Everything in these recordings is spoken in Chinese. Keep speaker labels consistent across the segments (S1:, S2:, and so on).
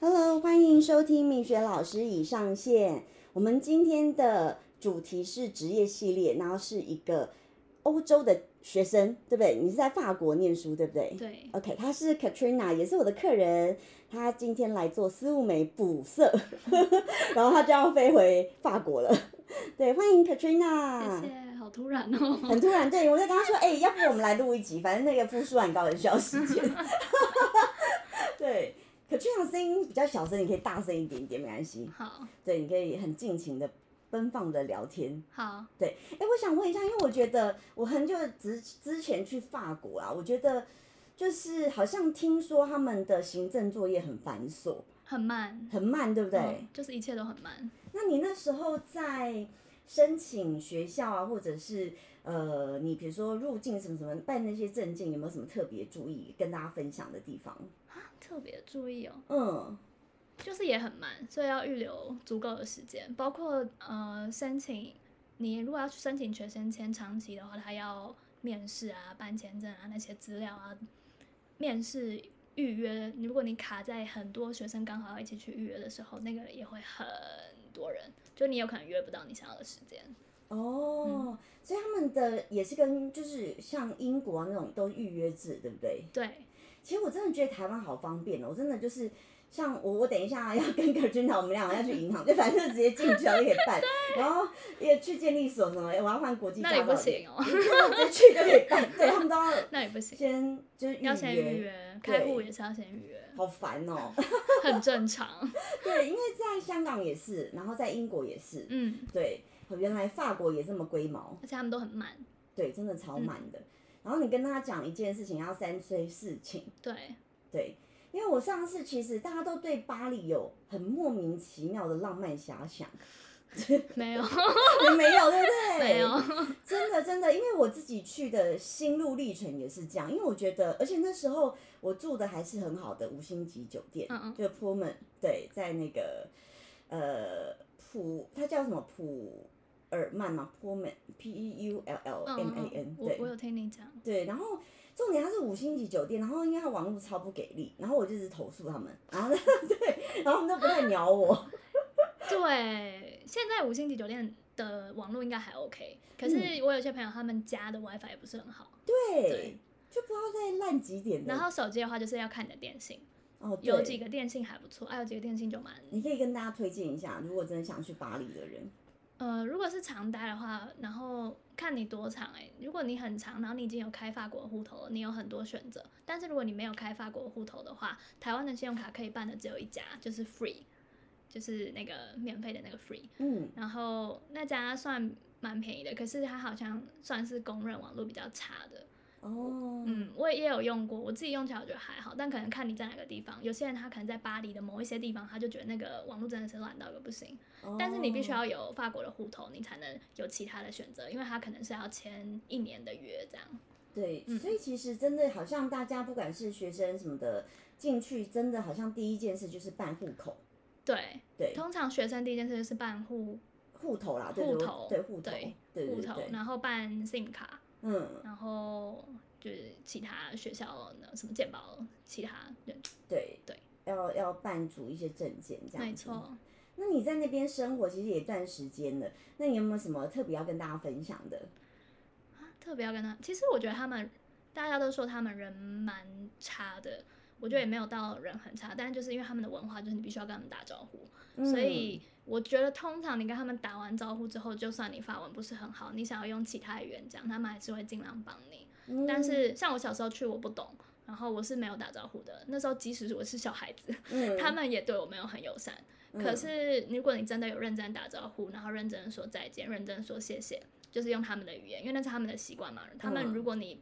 S1: Hello，欢迎收听米雪老师已上线。我们今天的主题是职业系列，然后是一个欧洲的学生，对不对？你是在法国念书，对不对？
S2: 对，
S1: OK，他是 Katrina，也是我的客人。他今天来做丝雾眉补色， 然后他就要飞回法国了。对，欢迎 Katrina。
S2: 谢谢，好突然哦。
S1: 很突然，对我在跟他说，哎、要不我们来录一集，反正那个复述很高，很需要时间。 对，Katrina 声音比较小声，你可以大声一点点，没关系。
S2: 好，
S1: 对，你可以很尽情的、奔放的聊天。
S2: 好，
S1: 哎、我想问一下，因为我觉得我很久之之前去法国啊，我觉得就是好像听说他们的行政作业很繁琐、
S2: 很慢。
S1: 很慢，对不对？
S2: 嗯就是一切都很慢。
S1: 那你那时候在申请学校啊，或者是呃，你比如说入境什么什么办那些证件，有没有什么特别注意跟大家分享的地方？
S2: 特别注意哦，
S1: 嗯，
S2: 就是也很慢，所以要预留足够的时间，包括呃申请，你如果要去申请学生签长期的话，他要面试啊、办签证啊那些资料啊，面试预约，如果你卡在很多学生刚好要一起去预约的时候，那个也会很多人，就你有可能约不到你想要的时间。
S1: 哦，所以他们的也是跟就是像英国啊那种都预约制，对不对？
S2: 对，
S1: 其实我真的觉得台湾好方便哦，我真的就是。像我，我等一下啊要跟葛君堂，我们两个要去银行，就反正就直接进去啊了就可以 办，然后也去监理所什么，我要换国际驾
S2: 那里
S1: 照，
S2: 不行哦，
S1: 直接去就可以办，对他们都要
S2: 那里不行。
S1: 先就是预
S2: 要先预
S1: 约，
S2: 约，
S1: 对
S2: 开户也是要先预约，
S1: 好烦 哦、
S2: 很正常。
S1: 对，因为在香港也是，然后在英国也是，
S2: 嗯，
S1: 对，原来法国也这么龟毛，
S2: 而且他们都很慢，
S1: 对，真的超慢
S2: 嗯
S1: 的。然后你跟他讲一件事情，要三催四请，
S2: 对，
S1: 对。因为我上次其实大家都对巴黎有很莫名其妙的浪漫遐 想，
S2: 没有
S1: 你没有对不对？
S2: 没有，
S1: 真的真的，因为我自己去的心路历程也是这样，因为我觉得，而且那时候我住的还是很好的五星级酒店，
S2: 嗯嗯
S1: 就 Pullman，对，在那个呃普，它叫什么普尔曼嘛，Pullman P E U L L
S2: 嗯
S1: M
S2: 嗯
S1: A
S2: 嗯
S1: N，，
S2: 我
S1: 对
S2: 我有听你讲，
S1: 对，然后重点它是五星级酒店，然后因为它网络超不给力，然后我就一直投诉他们，然后呢 对，然后他们都不太鸟我，
S2: 对，现在五星级酒店的网络应该还 OK，可
S1: 嗯
S2: 是我有些朋友他们家的 WiFi 也不是很好，
S1: 对，
S2: 对
S1: 就不知道在烂几点的，
S2: 然后手机的话就是要看你的电信，
S1: 哦嗯对
S2: 有几个电信还不错，啊有几个电信就蛮，
S1: 你可以跟大家推荐一下，如果真的想去巴黎的人，
S2: 呃，如果是长待的话，然后看你多长哎、如果你很长，然后你已经有开法国户头了，你有很多选择。但是如果你没有开法国户头的话，台湾的信用卡可以办的只有一家，就是 Free，就是那个免费的那个 Free。
S1: 嗯，
S2: 然后那家算蛮便宜的，可是它好像算是公认网络比较差的。
S1: 哦，
S2: 嗯，我也有用过，我自己用起来我觉得还好，但可能看你在哪个地方。有些人他可能在巴黎的某一些地方，他就觉得那个网络真的是烂到一个不行。
S1: 哦
S2: 但是你必须要有法国的户头，你才能有其他的选择，因为他可能是要签一年的约这样。
S1: 对，
S2: 嗯
S1: 所以其实真的好像大家不管是学生什么的进去，真的好像第一件事就是办户口，
S2: 对，
S1: 对，
S2: 通常学生第一件事就是办户
S1: 户头啦，对
S2: 户
S1: 对
S2: 头
S1: 对户头，对
S2: 对
S1: 对
S2: 户
S1: 对
S2: 头，
S1: 对，
S2: 然后办 SIM 卡，
S1: 嗯，
S2: 然后就是其他学校的什么健保，其他人
S1: 对
S2: 对，
S1: 要要办足一些证件这样，
S2: 没。错。
S1: 那你在那边生活其实也一段时间了，那你有没有什么特别要跟大家分享的？
S2: 啊特别要跟他，其实我觉得他们大家都说他们人蛮差的，我觉得也没有到人很差，但是就是因为他们的文化就是你必须要跟他们打招呼，
S1: 嗯
S2: 所以我觉得，通常你跟他们打完招呼之后，就算你法文不是很好，你想要用其他语言讲，他们还是会尽量帮你。
S1: 嗯，
S2: 但是像我小时候去，我不懂，然后我是没有打招呼的。那时候即使我是小孩子，
S1: 嗯
S2: 他们也对我没有很友善。
S1: 嗯
S2: 可是如果你真的有认真打招呼，然后认真地说再见，认真地说谢谢，就是用他们的语言，因为那是他们的习惯嘛。他们
S1: 嗯
S2: 如果你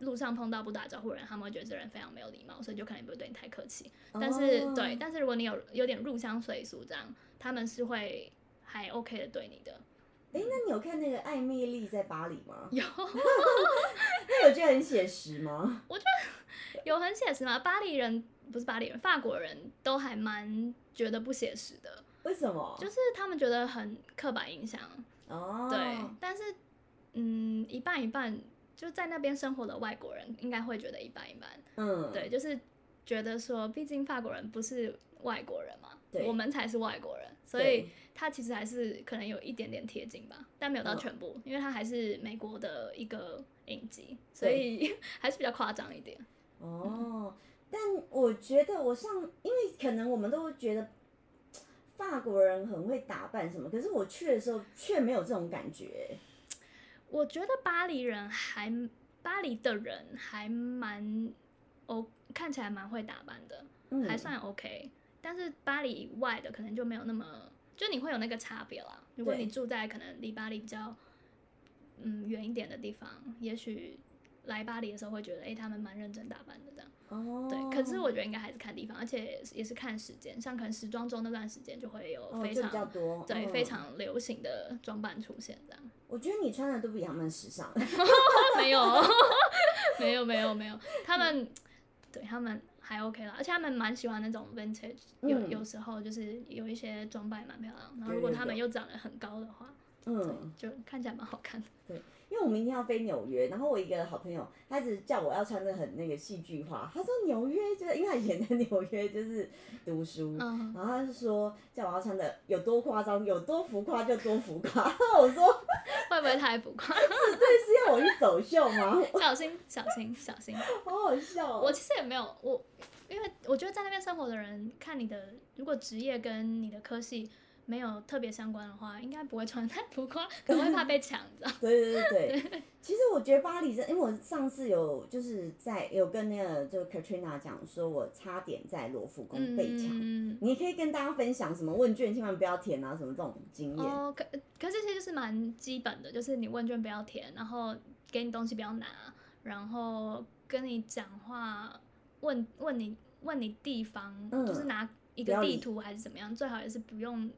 S2: 路上碰到不打招呼的人，他们会觉得这人非常没有礼貌，所以就可能不会对你太客气。但是、
S1: 哦
S2: 对，但是如果你有有点入乡随俗这样，他们是会还 OK 的对你的。
S1: 哎、那你有看那个《艾蜜莉在巴黎》吗？
S2: 有
S1: 那有觉得很写实吗？
S2: 有很写实吗？巴黎人不是巴黎人，法国人都还蛮觉得不写实的，
S1: 为什么？
S2: 就是他们觉得很刻板印象。
S1: 哦，
S2: 对，但是嗯，一半一半，就在那边生活的外国人应该会觉得一半一半。
S1: 嗯，
S2: 对，就是觉得说，毕竟法国人不是外国人嘛，
S1: 对
S2: 我们才是外国人，所以他其实还是可能有一点点贴近吧，但没有到
S1: 嗯
S2: 全部，因为他还是美国的一个影集，所以 还是比较夸张一点。嗯
S1: 哦，但我觉得我上，因为可能我们都会觉得法国人很会打扮什么，可是我去的时候却没有这种感觉。
S2: 我觉得巴黎人还巴黎的人还蛮哦，看起来蛮会打扮的，
S1: 嗯，
S2: 还算 OK，但是巴黎以外的可能就没有那么，就你会有那个差别啦。如果
S1: 对
S2: 你住在可能离巴黎比较嗯远一点的地方，也许来巴黎的时候会觉得，哎、他们蛮认真打扮的这样。
S1: 哦，
S2: 对，可是我觉得应该还是看地方，而且也是也是看时间，像可能时装周那段时间就会有
S1: 哦
S2: 非
S1: 就
S2: 常、
S1: 比较多，
S2: 对、
S1: 嗯
S2: 非。常流行的装扮出现这样。
S1: 我觉得你穿的都比他们时尚。
S2: 没有， 没有，没有，没有，他们对他们还 OK 啦，而且他们蛮喜欢那种 vintage，有、
S1: 嗯
S2: 有时候就是有一些装扮蛮漂亮，然后
S1: 对
S2: 如果
S1: 对
S2: 他们
S1: 对
S2: 又长得很高的话，
S1: 嗯，
S2: 就看起来蛮好看的。
S1: 因为我明天要飞纽约，然后我一个好朋友，他一直叫我要穿的很那个戏剧化。他说纽约就是因为他以前在纽约就是读书，
S2: 嗯，
S1: 然后他就说叫我要穿的有多夸张，有多浮夸就多浮夸。 然后我说
S2: 会不会太浮夸？
S1: 对，是要我去走秀吗？
S2: 小心，小心，小心！
S1: 好好笑、哦。
S2: 我其实也没有我，因为我觉得在那边生活的人，看你的如果职业跟你的科系没有特别相关的话，应该不会穿得太浮夸，可能会怕被抢，你 知道吗？
S1: 对对对对，其实我觉得巴黎真，因为我上次有就是在有跟那个就 Katrina 讲说，我差点在罗浮宫被抢。
S2: 嗯
S1: 你可以跟大家分享什么问卷千万不要填啊，什么这种经验。
S2: 哦，可可是这些就是蛮基本的，就是你问卷不要填，然后给你东西不要拿，然后跟你讲话，问问你问你地方，
S1: 嗯
S2: 就是拿一
S1: 不
S2: 个
S1: 要理
S2: 地图还是怎么样，最好也是不用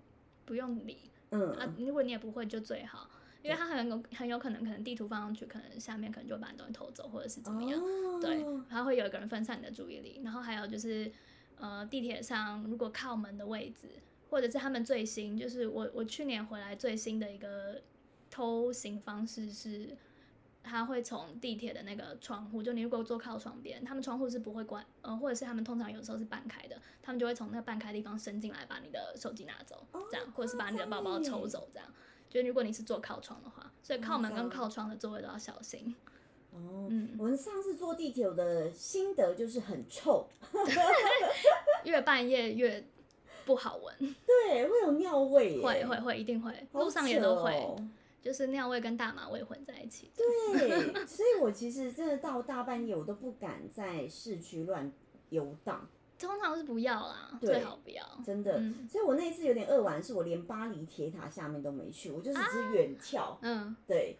S2: 不用理、啊
S1: 嗯，。
S2: 如果你也不会就最好，因为他很有很有可能可能地图放上去，可能下面可能就会把你东西偷走或者是怎么样。
S1: 哦
S2: 对，然后会有一个人分散你的注意力，然后还有就是，呃，地铁上如果靠门的位置，或者是他们最新，就是我我去年回来最新的一个偷行方式是，他会从地铁的那个窗户，就你如果坐靠窗边，他们窗户是不会关，呃，或者是他们通常有时候是半开的，他们就会从那个半开的地方伸进来，把你的手机拿走，这样，或者是把你的包包抽走，哦这样。就如果你是坐靠窗的话，所以靠门跟靠窗的座位都要小心。
S1: 哦，
S2: 嗯，
S1: 我们上次坐地铁，我的心得就是很臭，
S2: 越半夜越不好闻，
S1: 对，会有尿味耶，
S2: 会会会，一定会，
S1: 好
S2: 路上也都会，
S1: 扯哦
S2: 就是尿味跟大麻味混在一起。
S1: 对，所以我其实真的到大半夜，我都不敢在市区乱游荡，
S2: 通常是不要啦，
S1: 对
S2: 最好不要。
S1: 真的。
S2: 嗯
S1: 所以我那一次有点扼腕，是我连巴黎铁塔下面都没去，我就是只远眺。
S2: 嗯
S1: 对，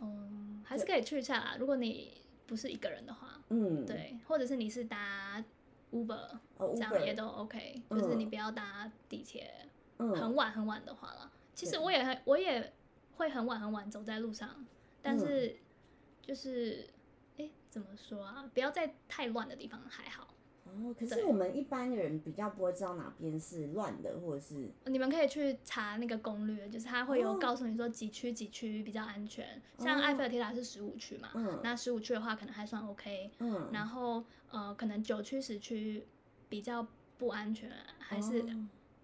S2: 嗯，还是可以去一下啦，如果你不是一个人的话，
S1: 嗯，，
S2: 对，或者是你是搭 Uber，
S1: 哦
S2: 这样也
S1: ，Uber，
S2: 都 OK，
S1: 嗯
S2: 就是你不要搭地铁，很
S1: 嗯，
S2: 晚很晚的话啦。其实
S1: 对
S2: 我也很我也会很晚很晚走在路上，
S1: 嗯
S2: 但是就是哎、诶怎么说啊？不要在太乱的地方还好。
S1: 哦，可是
S2: 对
S1: 我们一般人比较不会知道哪边是乱的，或者是
S2: 你们可以去查那个攻略，就是它会有
S1: 哦
S2: 告诉你说几区几区比较安全。像
S1: 哦
S2: 埃菲尔铁塔是十五区嘛，
S1: 嗯
S2: 那十五区的话可能还算 OK，、
S1: 嗯，
S2: 然后呃可能九区十区比较不安全，还是、
S1: 哦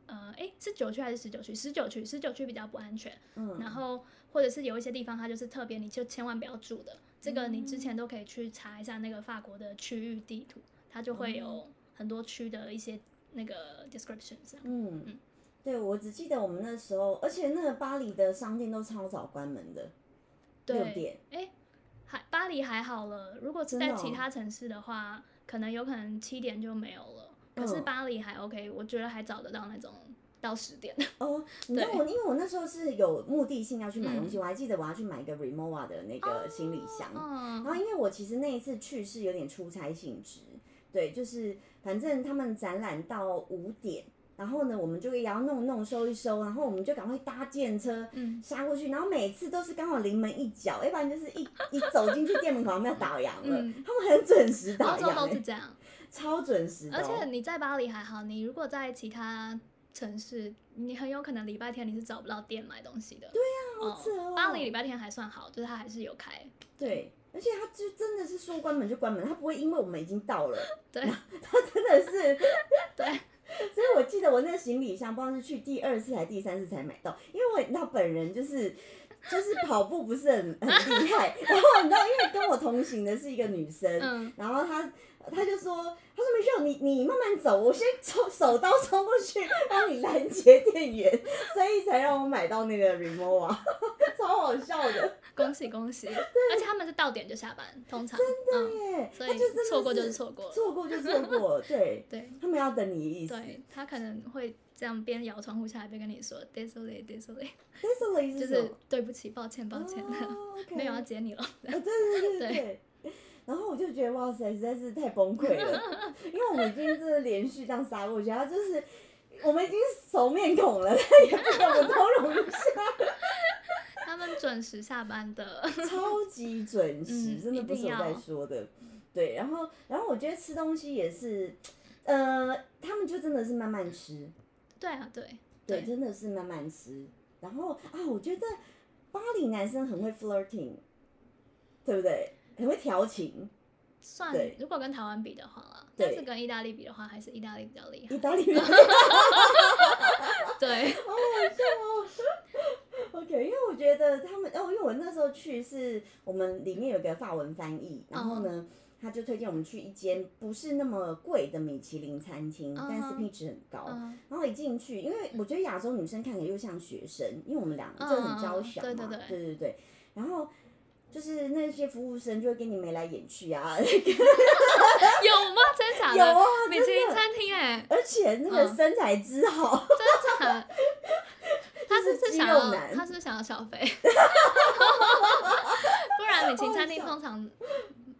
S2: 呃诶是九区还是十九区？十九区十九区比较不安全，
S1: 嗯，
S2: 然后或者是有一些地方它就是特别，你就千万不要住的。这个你之
S1: 嗯
S2: 前都可以去查一下那个法国的区域地图，它就
S1: 哦
S2: 会有很多区的一些那个 description 这样。
S1: 嗯
S2: 嗯。
S1: 对，我只记得我们那时候，而且那个巴黎的商店都超早关门的，六
S2: 对，
S1: 点。
S2: 哎，还巴黎还好了，如果是
S1: 真
S2: 在
S1: 的哦
S2: 其他城市的话，可能有可能七点就没有了。可是
S1: 嗯
S2: 巴黎还 OK，我觉得还找得到那种到十点。
S1: 哦，你知道
S2: 对
S1: 我，因为我那时候是有目的性要去买东西，
S2: 嗯
S1: 我还记得我要去买一个 Remova 的那个行李箱，然后
S2: 嗯，
S1: 因为我其实那一次去是有点出差性质，对，就是反正他们展览到五点，然后呢，我们就也要弄弄收一收，然后我们就赶快搭电车。
S2: 嗯，
S1: 杀过去，然后每次都是刚好临门一脚，要不然就是一一走进去店门口，他们要打 烊了。
S2: 嗯哦
S1: 他们很准时打
S2: 欧洲
S1: 烊、
S2: 都是
S1: 欸，
S2: 这样。
S1: 超准时的
S2: 而且
S1: 哦、
S2: 你在巴黎还好，你如果在其他城市，你很有可能礼拜天你是找不到店买东西的。对呀、
S1: 好扯哦
S2: 巴黎礼拜天还算好，就是它还是有开。
S1: 对，而且他就真的是说关门就关门，他不会因为我们已经到了，
S2: 对
S1: 他真的是，
S2: 对，
S1: 所以我记得我那个行李箱，不知道是去第二次还是第三次才买到，因为我你知道本人就是就是跑步不是很很厉 害，然后你知道因为跟我同行的是一个女生，
S2: 嗯，
S1: 然后他他就说，他说没事，你你慢慢走，我先冲手刀冲过去帮你拦截店员，所以才让我买到那个 Remova，超 好笑的。
S2: 恭喜恭喜，而且他们是到点就下班，通常，嗯，
S1: 对，
S2: 所
S1: 他
S2: 以
S1: 就真的
S2: 错过就是是错过了，
S1: 错过就错过，对
S2: 对
S1: 他们要等你的意思。
S2: 对，他可能会这样边摇窗户下来边跟你说 d i s o l a d i s o l a
S1: 但是我意思
S2: 就
S1: 什
S2: 是
S1: 么
S2: 对不起，抱歉抱歉，
S1: 哦，OK
S2: 没有要接你了，
S1: 啊，对对对对
S2: 对
S1: 对。然后我就觉得哇塞，实在是太崩溃 了，因为我们已经真的连续这样杀过去，他就是我们已经熟面孔了， 他也不给我们包容一 下，
S2: 他们准时下班的，
S1: 超级准时，
S2: 嗯
S1: 真的不是我在
S2: 一定要
S1: 说的。对，然后然后我觉得吃东西也是，呃，他们就真的是慢慢吃，
S2: 对啊对
S1: 对，，真的是慢慢吃。然后啊，我觉得巴黎男生很会 flirting，对不对？很会调情。
S2: 算
S1: 对
S2: 如果跟台湾比的话啦，但
S1: 对
S2: 是跟意大利比的话，还是意大利比较厉
S1: 意
S2: 害，
S1: 大利人 啊
S2: 对，
S1: 好好笑哦。OK，因为我觉得他们哦，因为我那时候去是我们里面有个法文翻译，然后
S2: 哦
S1: 呢，他就推荐我们去一间不是那么贵的米其林餐厅，但
S2: 嗯哼
S1: CP 值很高。
S2: 嗯。
S1: 然后一进去，因为我觉得亚洲女生看起来又像学生，因为我们两个就很娇小嘛，
S2: 嗯对对
S1: 对对对然后就是那些服务生就会跟你眉来眼去 啊，
S2: 有吗？真假的？
S1: 有啊
S2: 米其林餐厅哎、
S1: 而且那个
S2: 嗯
S1: 身材之好，
S2: 真假的？他是
S1: 就
S2: 不
S1: 是
S2: 是
S1: 肌
S2: 想
S1: 肉
S2: 要，
S1: 男
S2: 他是不是想要小费， 不然米其林餐厅
S1: 好
S2: 通常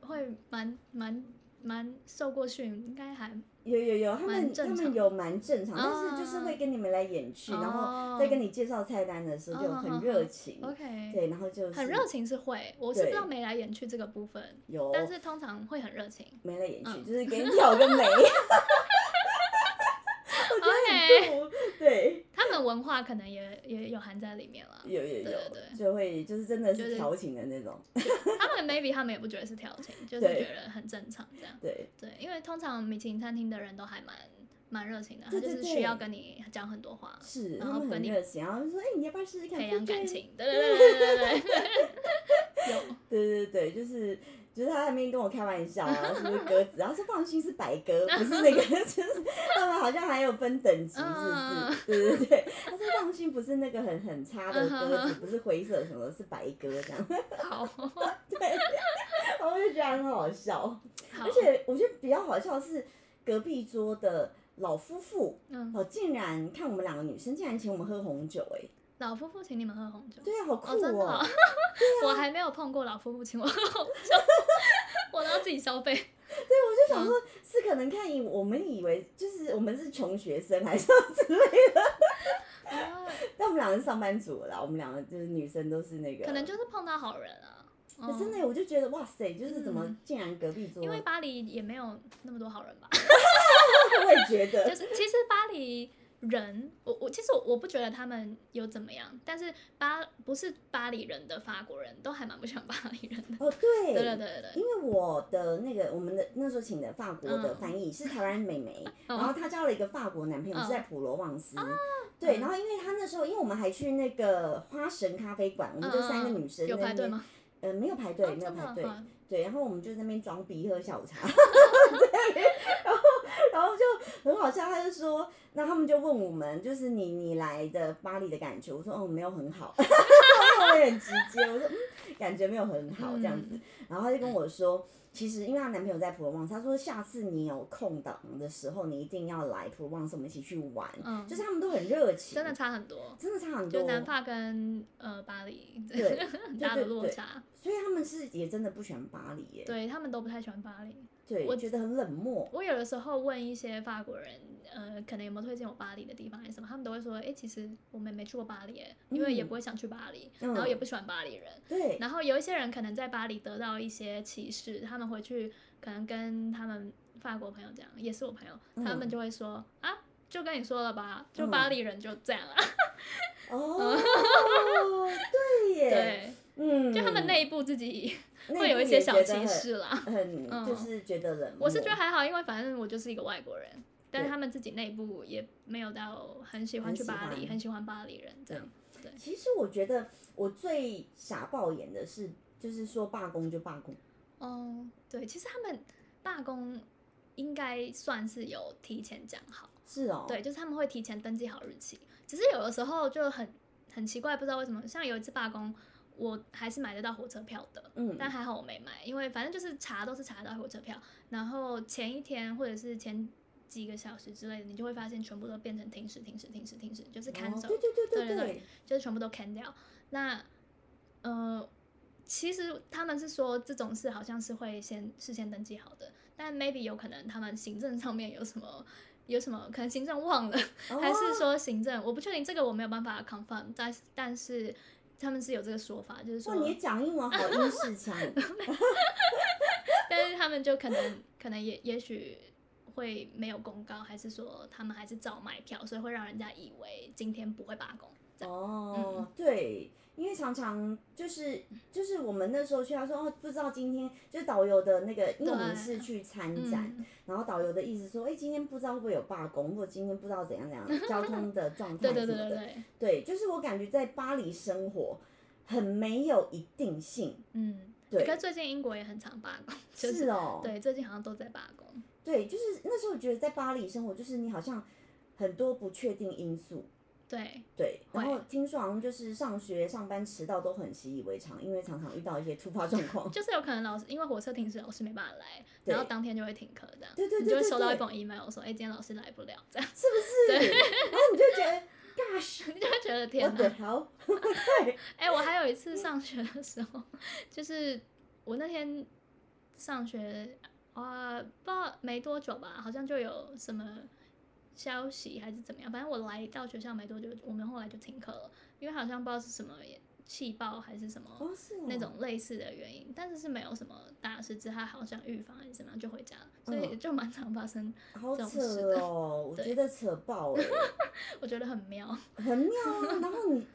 S2: 会蛮蛮蛮受过训，应该还
S1: 有有有，他们
S2: 蛮
S1: 他
S2: 正
S1: 们
S2: 常
S1: 有蛮正常，
S2: 啊
S1: 但是就是会跟你眉来眼去，然后在跟你介绍菜单的时候就
S2: 哦
S1: 很热情，
S2: OK，
S1: 对，然后就是
S2: 很热情是会，我是
S1: 对
S2: 不知道眉来眼去这个部分，
S1: 有
S2: 但是通常会很热情。
S1: 眉来眼去，
S2: 嗯
S1: 就是给你挑个 眉，
S2: OK，
S1: 对，
S2: 他们文化可能也也有含在里面 了，
S1: 有有有，
S2: 对对对
S1: 就会就是真的
S2: 就是是
S1: 调情的那种，
S2: 他们 maybe 他们也不觉得是调情，就是
S1: 对
S2: 觉得很正常这样。
S1: 对。
S2: 对，因为通常米其林餐厅的人都还蛮蛮热情的，他
S1: 对
S2: 就
S1: 对
S2: 是
S1: 对
S2: 需要跟你讲很多话，
S1: 是，
S2: 然
S1: 他
S2: 后
S1: 们很
S2: 跟你
S1: 热情，然后就说：“哎、你要不要试试看？”
S2: 培养
S1: 对
S2: 感。情。对对对对对对，有
S1: 对对对，就是就是他在那边跟我开玩笑 啊，是不是鸽子？然后说放心是白鸽，不是那个， 就是他们好像还有分等级，是不
S2: 嗯
S1: 是？对对对，他说放心不是那个很很差的
S2: 嗯哼
S1: 鸽子，
S2: 哼
S1: 不是灰色什么的，是白鸽这样。
S2: 好好，
S1: 对，然后我就觉得很好笑，而且我觉得比较好笑的是隔壁桌的老夫妇
S2: 嗯，
S1: 哦，竟然看我们两个女生，竟然请我们喝红酒、哎，
S2: 老夫妇请你们喝红酒，
S1: 对啊，好酷
S2: 哦真的
S1: 哦
S2: 哦， 我还没有碰过老夫妇请我喝红酒， 我都要自己消费。
S1: 我
S2: 嗯
S1: 就想说，是可能看以我们以为就是我们是穷学生还是什么之类的，
S2: 啊
S1: 但我们两个是上班族啦，我们两个就是女生都是那个，
S2: 可能就是碰到好人啊，
S1: 可
S2: 嗯
S1: 真的耶，我就觉得哇塞，就是怎么
S2: 嗯
S1: 竟然隔壁桌，
S2: 因为巴黎也没有那么多好人吧。
S1: 我也觉
S2: 就
S1: 得
S2: 是其实巴黎人，我我其实我我不觉得他们有怎么样，但是巴不是巴黎人的法国人都还蛮不喜欢巴黎人的。
S1: 哦对
S2: 对对对
S1: 因
S2: 对对，
S1: 为我的那个我们的那时候请的法国的
S2: 嗯
S1: 翻译是台湾美眉，然
S2: 嗯
S1: 后她交了一个法国男朋友
S2: 嗯
S1: 是在普罗旺斯，对，
S2: 嗯
S1: 然后因为她那时候因为我们还去那个花神咖啡馆，我们就三个女生
S2: 嗯有
S1: 在那
S2: 排队
S1: 边，
S2: 吗？
S1: 呃，没有排队，
S2: 哦
S1: 没有
S2: 真的
S1: 排队，
S2: 哦
S1: 对，然后我们就在那边装逼喝下午茶， 对，然后然后就很好笑，他就说，那他们就问我们，就是你你来的巴黎的感觉，我说哦没有很好， 我也很直接，我说嗯感觉没有很好这样子，
S2: 嗯
S1: 然后他就跟我说。其实，因为她男朋友在普罗旺斯，他说下次你有空档的时候，你一定要来普罗旺斯，我们一起去玩。
S2: 嗯
S1: 就是他们都很热情，
S2: 真的差很多，
S1: 真的差很多。
S2: 就南法跟呃巴黎
S1: 对
S2: 很大的落差，
S1: 所以他们是也真的不喜欢巴黎耶。
S2: 对他们都不太喜欢巴黎。
S1: 对，
S2: 我
S1: 觉得很冷漠。
S2: 我有的时候问一些法国人，呃，可能有没有推荐我巴黎的地方还是什么，他们都会说，哎、其实我们没去过巴黎耶，因为也
S1: 嗯
S2: 不会想去巴黎，
S1: 嗯
S2: 然后也不喜欢巴黎人，
S1: 对，
S2: 然后有一些人可能在巴黎得到一些启示，他们回去可能跟他们法国朋友讲，也是我朋友，
S1: 嗯
S2: 他们就会说、啊，就跟你说了吧，就巴黎人就这样啊，
S1: 哦，对耶，
S2: 对，
S1: 嗯，
S2: 就他们内部自己
S1: 那
S2: 会有一
S1: 步
S2: 些
S1: 嗯也
S2: 小
S1: 觉得
S2: 歧
S1: 很
S2: 视啦。
S1: 很
S2: 嗯
S1: 就是觉得冷漠。
S2: 我是觉得还好，因为反正我就是一个外国人，但是
S1: 对
S2: 他们自己内部也没有到很喜欢
S1: 很
S2: 去
S1: 喜
S2: 巴黎，
S1: 欢
S2: 很喜欢巴黎人这样。对，
S1: 其实我觉得我最傻爆眼的是，就是说罢工就罢工，
S2: 哦，对，其实他们罢工应该算是有提前讲好，
S1: 是哦，
S2: 对，，就是他们会提前登记好日期，只是有的时候就很很奇怪，不知道为什么，像有一次罢工。我还是买得到火车票的，
S1: 嗯，
S2: 但还好我没买，因为反正就是查都是查得到火车票，然后前一天或者是前几个小时之类的，你就会发现全部都变成停驶、停驶、停驶、停驶，就是看
S1: 哦
S2: 走，
S1: 对对对
S2: 对
S1: 对
S2: 对对就是全部都 can 掉。那呃，其实他们是说这种事好像是会先事先登记好的，但 maybe 有可能他们行政上面有什么。有什么可能行政忘了，
S1: 哦
S2: 还是说行政？我不确定这个，我没有办法 confirm 但。但是他们是有这个说法，就是说
S1: 哇，你的讲英文好英式 腔，
S2: 但是他们就可能可能也也许会没有公告，还是说他们还是照卖票，所以会让人家以为今天不会罢工。这样
S1: 哦，对，因为常常就是就是我们那时候去，他说哦，不知道今天就是导游的那个，因为我们
S2: 对
S1: 是去参展，
S2: 嗯，
S1: 然后导游的意思说，哎，今天不知道会不会有罢工，或者今天不知道怎样怎 样，交通的状态
S2: 对
S1: 什么
S2: 对对
S1: 的，
S2: 对对，
S1: 对，就是我感觉在巴黎生活很没有一定性，
S2: 嗯。
S1: 对
S2: 可是最近英国也很常罢工，就是
S1: 哦，
S2: 对，最近好像都在罢工。
S1: 对，就是那时候觉得在巴黎生活，就是你好像很多不确定因素，
S2: 对，
S1: 对，然
S2: 会。
S1: 后听说好像就是上学、上班迟到都很习以为常，因为常常遇到一些突发状况
S2: 就是有可能老师因为火车停驶，老师没办法来，
S1: 哦对
S2: 然后当天就会停课这样。
S1: 对对对
S2: 你就会
S1: 对
S2: 收到一
S1: 对
S2: 封 email 说，哎、今天老师来不了，这样
S1: 是不是？然后你就觉得，gosh，
S2: 你就会觉得天
S1: 我
S2: 哪，
S1: 的好， 对，
S2: 哎、我还有一次上学的时候，就是我那天上学啊、呃不知道没多久吧，好像就有什么消息还是怎么样，反正我来到学校没多久，我们后来就停课了，因为好像不知道是什么气爆还是什么。
S1: 哦是哦
S2: 那种类似的原因，但是是没有什么大事，只是他好像预防还是怎么样就回家了，所以
S1: 嗯
S2: 就蛮常发生，
S1: 好
S2: 这种事
S1: 扯哦，我
S2: 对
S1: 觉得扯爆 哎、
S2: 我觉得很 妙。
S1: 很妙啊。然后你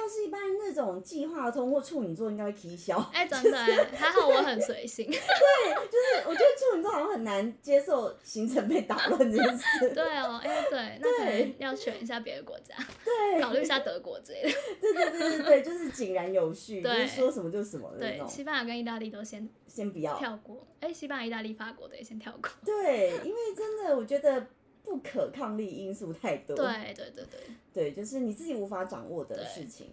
S1: 要是一般那种计划通或处女座，应该会踢 笑。
S2: 哎、真的、哎，还好我很随性。
S1: 就是我觉得处女座好像很难接受行程被打乱这件事。
S2: 对哦，哎、对，那可
S1: 对
S2: 能要选一下别的国家。
S1: 对，
S2: 考虑一下德国之类的。
S1: 对对对对对，就是井然有序，就
S2: 对
S1: 是说什么就什么的那
S2: 对，
S1: 种。
S2: 西班牙跟意大利都先
S1: 先不要，
S2: 跳过，哎、西班牙、意大利、法国的也先跳过。
S1: 对，因为真的我觉得不可抗力因素太多，
S2: 对对对对，
S1: 对就是你自己无法掌握的
S2: 对
S1: 事情，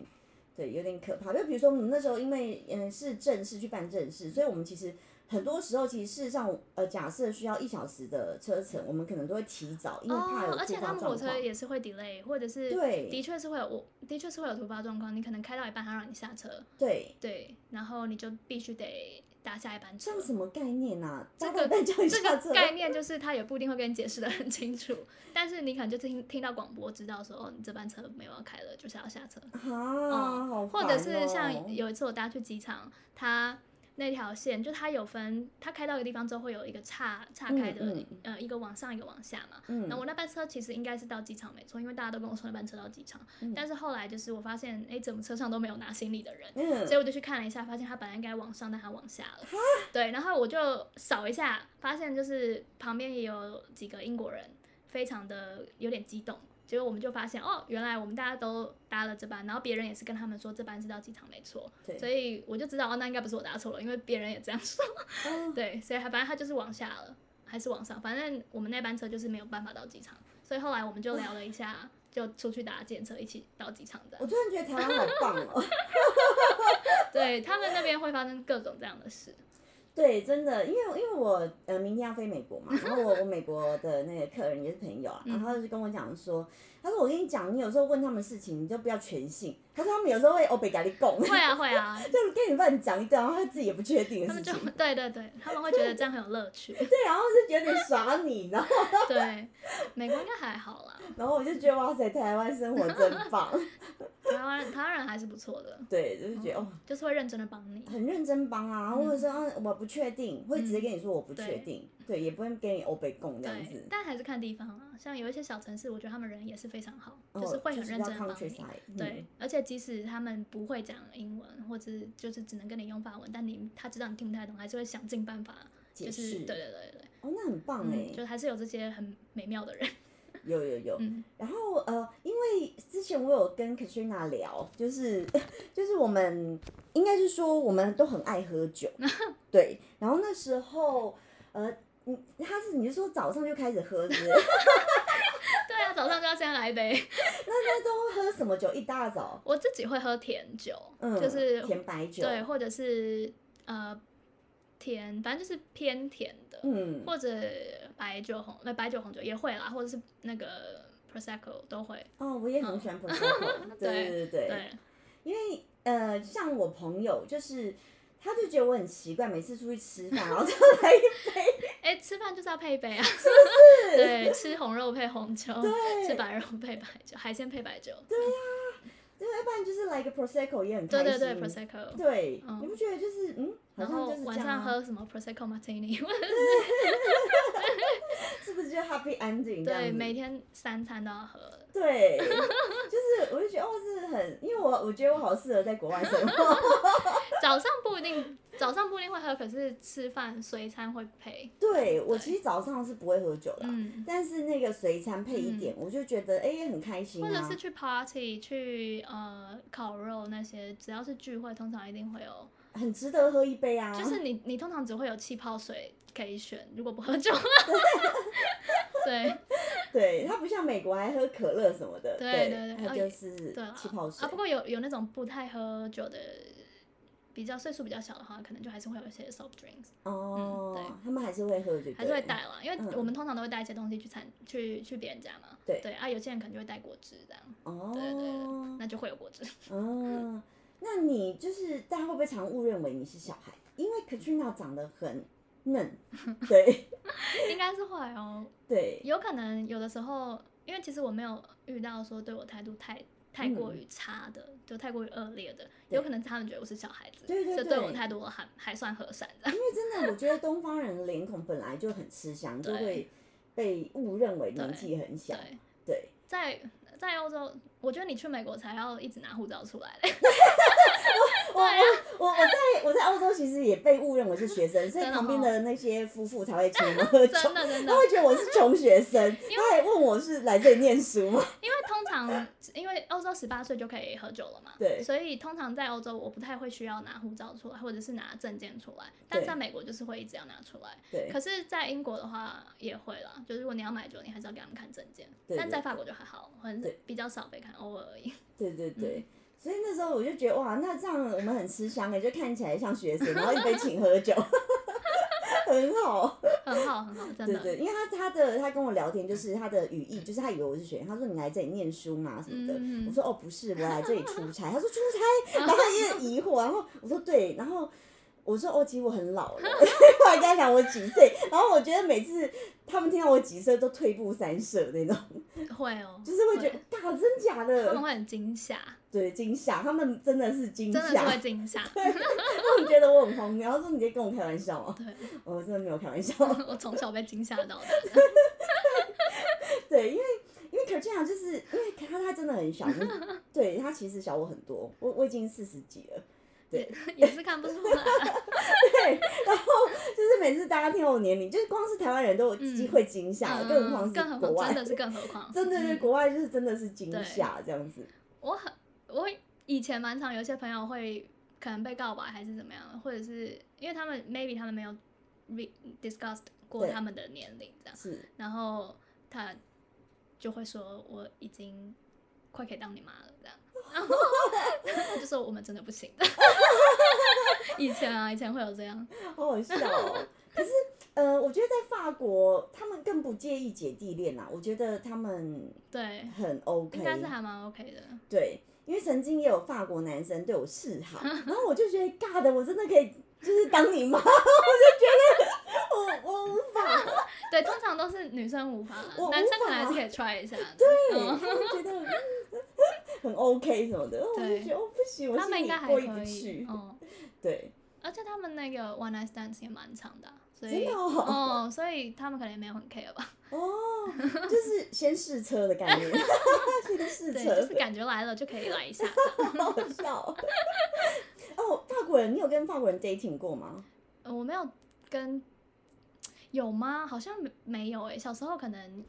S1: 对，有点可怕。就比如说我们那时候因为嗯是正式去办正事，所以我们其实。很多时候，其实事实上，呃，假设需要一小时的车程，我们可能都会提早，因为怕有
S2: 哦，而
S1: 突
S2: 且
S1: 发
S2: 他
S1: 状
S2: 们
S1: 况
S2: 火。车也是会 delay，或者是
S1: 对
S2: 的确是会有，我的确是会有突发状况，你可能开到一半，他让你下车，
S1: 对，
S2: 对，然后你就必须得搭下一班
S1: 这。
S2: 车
S1: 样什么概念啊？
S2: 这
S1: 搭
S2: 个
S1: 到半叫一
S2: 这
S1: 下
S2: 个
S1: 车，
S2: 概念就是他也不一定会跟你解释的很清楚，但是你可能就听听到广播知道说哦，你这班车没有要开了，就是要下车。
S1: 啊，好
S2: 嗯或者
S1: 烦
S2: 是
S1: 哦
S2: 像有一次我搭去机场，它那条线就它有分，它开到一个地方之后会有一个岔岔开的，
S1: 嗯嗯
S2: 呃，一个往上一个往下嘛。
S1: 嗯
S2: 那、我那班车其实应该是到机场没错，因为大家都跟我说那班车到机场，
S1: 嗯
S2: 但是后来就是我发现，哎，怎么车上都没有拿行李的人？
S1: 嗯
S2: 所以我就去看了一下，发现它本来应该往上，但它往下了。对，然后我就扫一下，发现就是旁边也有几个英国人，非常的有点激动。结果我们就发现，哦，原来我们大家都搭了这班，然后别人也是跟他们说这班是到机场没错，
S1: 对
S2: 所以我就知道哦，那应该不是我搭错了，因为别人也这样说。
S1: 哦
S2: 对，所以还反正他就是往下了，还是往上，反正我们那班车就是没有办法到机场，所以后来我们就聊了一下，就出去搭检车一起到机场的
S1: 我。突然觉得台湾好棒哦！
S2: 对他们那边会发生各种这样的事。
S1: 对，真的，因为因为我呃明天要飞美国嘛，然后我我美国的那个客人也是朋 友啊，然
S2: 嗯
S1: 后他就跟我讲说，他说我跟你讲，你有时候问他们事情，你就不要全信。他说他们有时候会欧北咖喱 贡，
S2: 会啊会啊，
S1: 就跟你乱讲一段，然后他自己也不确定的
S2: 他们
S1: 事
S2: 就
S1: 情，
S2: 对对对，他们会觉得这样很有乐 趣。
S1: 对，然后就有点耍你，然后
S2: 对，美国应该还好啦。
S1: 然后我就觉得哇塞，台湾生活真棒，
S2: 台湾人台湾人还是不错的，
S1: 对，就是觉得哦，
S2: 就是会认真的帮你。
S1: 很认真帮啊，或者是啊我不确定，会直接跟你说我不确
S2: 嗯对
S1: 定，对，也不会给你欧北共这样
S2: 对
S1: 子，，
S2: 但还是看地方啊。像有一些小城市，我觉得他们人也是非常好，
S1: 哦
S2: 就是会很认真地帮
S1: 就是比
S2: 你
S1: 较 countryside，。嗯
S2: 对，而且即使他们不会讲英文，或者就是只能跟你用法文，但你他知道你听不太懂，还是会想尽办法，
S1: 解
S2: 就
S1: 释
S2: 是对对对对，
S1: 哦，那很棒哎
S2: 嗯，，就还是有这些很美妙的人。
S1: 有有有，
S2: 嗯
S1: 然后呃，因为之前我有跟 Katrina 聊，就是 就是我们应该是说我们都很爱喝 酒，对。然后那时候呃，你他是你是说早上就开始喝是不 是？
S2: 对啊，早上就要先来一杯。
S1: 那都喝什么酒？一大早，
S2: 我自己会喝甜酒，
S1: 嗯，
S2: 就是
S1: 甜白酒，
S2: 对，，或者是呃甜，反正就是偏甜的，
S1: 嗯，
S2: 或者白酒红，呃白酒红酒也会啦，或者是那个 prosecco 都会。
S1: 哦，我也很喜欢 Prosecco，对对对对，
S2: 对，
S1: 因为呃，像我朋友就是。他就觉得我很奇怪，每次出去吃饭，然后就来一杯，
S2: 哎，吃饭就是要配杯啊， 对，吃红肉配红酒，吃白肉配白酒，海鲜配白酒，
S1: 对，要不然就是来一个 prosecco 也很开
S2: 对
S1: 心。
S2: 对对，prosecco。
S1: 对，
S2: 嗯
S1: 你不觉得就是嗯，好
S2: 然
S1: 像就
S2: 后
S1: 是这
S2: 晚
S1: 样、
S2: 上
S1: 啊，
S2: 喝什么 prosecco martini，
S1: 是不是就 happy ending 这样
S2: 对，
S1: 子？
S2: 每天三餐都要喝。
S1: 对，就是我就觉得哦，是很，因为我我觉得我好适合在国外生 活。
S2: 早上不一定，早上不一定会喝，可是吃饭随餐会配。
S1: 对我其实早上是不会喝酒的啊、
S2: 嗯，
S1: 但是那个随餐配一点，我就觉得哎、也很开心
S2: 或者
S1: 啊
S2: 是。去 party 去呃烤肉那些，只要是聚会，通常一定会有，
S1: 很值得喝一杯啊。
S2: 就是你你通常只会有气泡水可以选，如果不喝酒， 对
S1: 对，它不像美国还喝可乐什么的，
S2: 对对对
S1: 它
S2: 哦
S1: 就是
S2: 对啦
S1: 气泡水。
S2: 啊，不过有有那种不太喝酒的，比较岁数比较小的话，可能就还是会有一些 soft drinks，
S1: 哦、
S2: 嗯
S1: 他们还是会喝就对了，
S2: 还是会带啦，因为
S1: 嗯
S2: 我们通常都会带一些东西去参去去别人家嘛，
S1: 对
S2: 对啊，有些人可能就会带果汁这样，
S1: 哦，
S2: 对对对，那就会有果汁。
S1: 哦，那你就是大家会不会常误认为你是小孩？因为 Katrina 长得很嫩，对
S2: 应该是会哦，
S1: 对，
S2: 有可能有的时候，因为其实我没有遇到说对我态度太太过于差的，就太过于恶劣的，
S1: 嗯对
S2: 有可能他们觉得我是小孩子，
S1: 对对
S2: 所以
S1: 对
S2: 对我态度我还还算和善的。
S1: 因为真的，我觉得东方人的脸孔本来就很吃香，就
S2: 对
S1: 会被误认为年
S2: 对
S1: 纪很小，
S2: 对，
S1: 对，
S2: 在在欧洲，我觉得你去美国才要一直拿护照出 来嘞，
S1: 我
S2: 啊
S1: 我我我在我在欧洲其实也被误认为是学生，所以
S2: 真的
S1: 旁
S2: 哦
S1: 边的那些夫妇才会 请我们喝酒。
S2: 真的真的
S1: 他，会觉得我是穷学生，
S2: 因为
S1: 他还问我是来这里念书吗？
S2: 因为通常因为欧洲十八岁就可以喝酒了嘛，
S1: 对
S2: 所以通常在欧洲我不太会需要拿护照出来，或者是拿证件出来，但是在美国就是会一直要拿出来。
S1: 对
S2: 可是，在英国的话也会啦，就如果你要买酒，你还是要给他们看证件。
S1: 对
S2: 但
S1: 对
S2: 在法国就还好，很
S1: 对
S2: 比较少被看，偶尔而已。
S1: 对对
S2: 嗯
S1: 对，所以那时候我就觉得哇，那这样我们很吃香哎，就看起来像学 生，然后一杯请喝酒， 很好。
S2: 很好，很好，真
S1: 对
S2: 的。
S1: 对，因为他他的他跟我聊天，就是他的语义，就是他以为我是学生，他说你来这里念书嘛什么的，
S2: 嗯
S1: 我说哦不是，我来这里出差，他说出 差，然后他也很疑惑，然后我说对，然后。我说哦，其实我很老 了，我还跟他讲我几岁，然后我觉得每次他们听到我几岁都退步三舍那种，
S2: 会哦，
S1: 就是会觉得，嘎，真假
S2: 他们
S1: 的，
S2: 会很惊吓，
S1: 对，惊吓，他们真的是惊
S2: 真的是
S1: 吓
S2: 会，惊吓。
S1: 他们觉得我很荒谬，然后说你在跟我开玩笑吗？
S2: 对，
S1: 我真的没有开玩笑，
S2: 我从小被惊吓到的。
S1: 对，因为因为 Katrina 就是因为他他真的很 小，你对他其实小我很多，我我已经四十几了， 对
S2: 也 也是看不出来啊，
S1: 对，然后就是每次大家听我年龄，就是光是台湾人都有机会惊吓了，更何况
S2: 嗯更
S1: 是
S2: 何
S1: 国
S2: 况真
S1: 外，
S2: 的是更何况，
S1: 真的是
S2: 嗯
S1: 国外就是真的是惊吓这样 子，
S2: 我很我以前蛮常有一些朋友会可能被告白还是怎么样，或者是因为他们 maybe 他们没有 re discussed 过
S1: 对
S2: 他们的年龄这样，
S1: 是
S2: 然后他就会说我已经快可以当你妈了这样，然后他就说我们真的不行的。以前啊，以前会有这样，
S1: 好好笑哦。可是呃，我觉得在法国他们更不介意姐弟恋啦，啊我觉得他们
S2: 对，
S1: 很
S2: 应
S1: OK，
S2: 该是还蛮 OK 的。
S1: 对，因为曾经也有法国男生对我示好，然后我就觉得尬的，我真的可以就是当你妈， 我就觉得我我无法，
S2: 对，通常都是女生无法啦
S1: 我，
S2: 男生
S1: 无
S2: 可能还是
S1: 法
S2: 可以 try 一下的。
S1: 对，
S2: 嗯
S1: 他们觉得嗯很 OK 什么的，我就
S2: 对
S1: 觉得哦不行，我
S2: 他们
S1: 心
S2: 应
S1: 里
S2: 该还
S1: 过意
S2: 可
S1: 不
S2: 以
S1: 去，。
S2: 嗯，
S1: 对，
S2: 而且他们那个 one night stands 也蛮长的啊、所
S1: 真
S2: 以
S1: 的哦，
S2: 哦，所以他们可能也没有很 care 吧，
S1: 哦，就是先试车的概念， 先试
S2: 对，
S1: 车，
S2: 就是感觉来了就可以来一下这样。
S1: 好笑哦。 哦，法国人，你有跟法国人 dating 过吗？
S2: 呃我没有跟有吗？好像没没有诶、小时候可能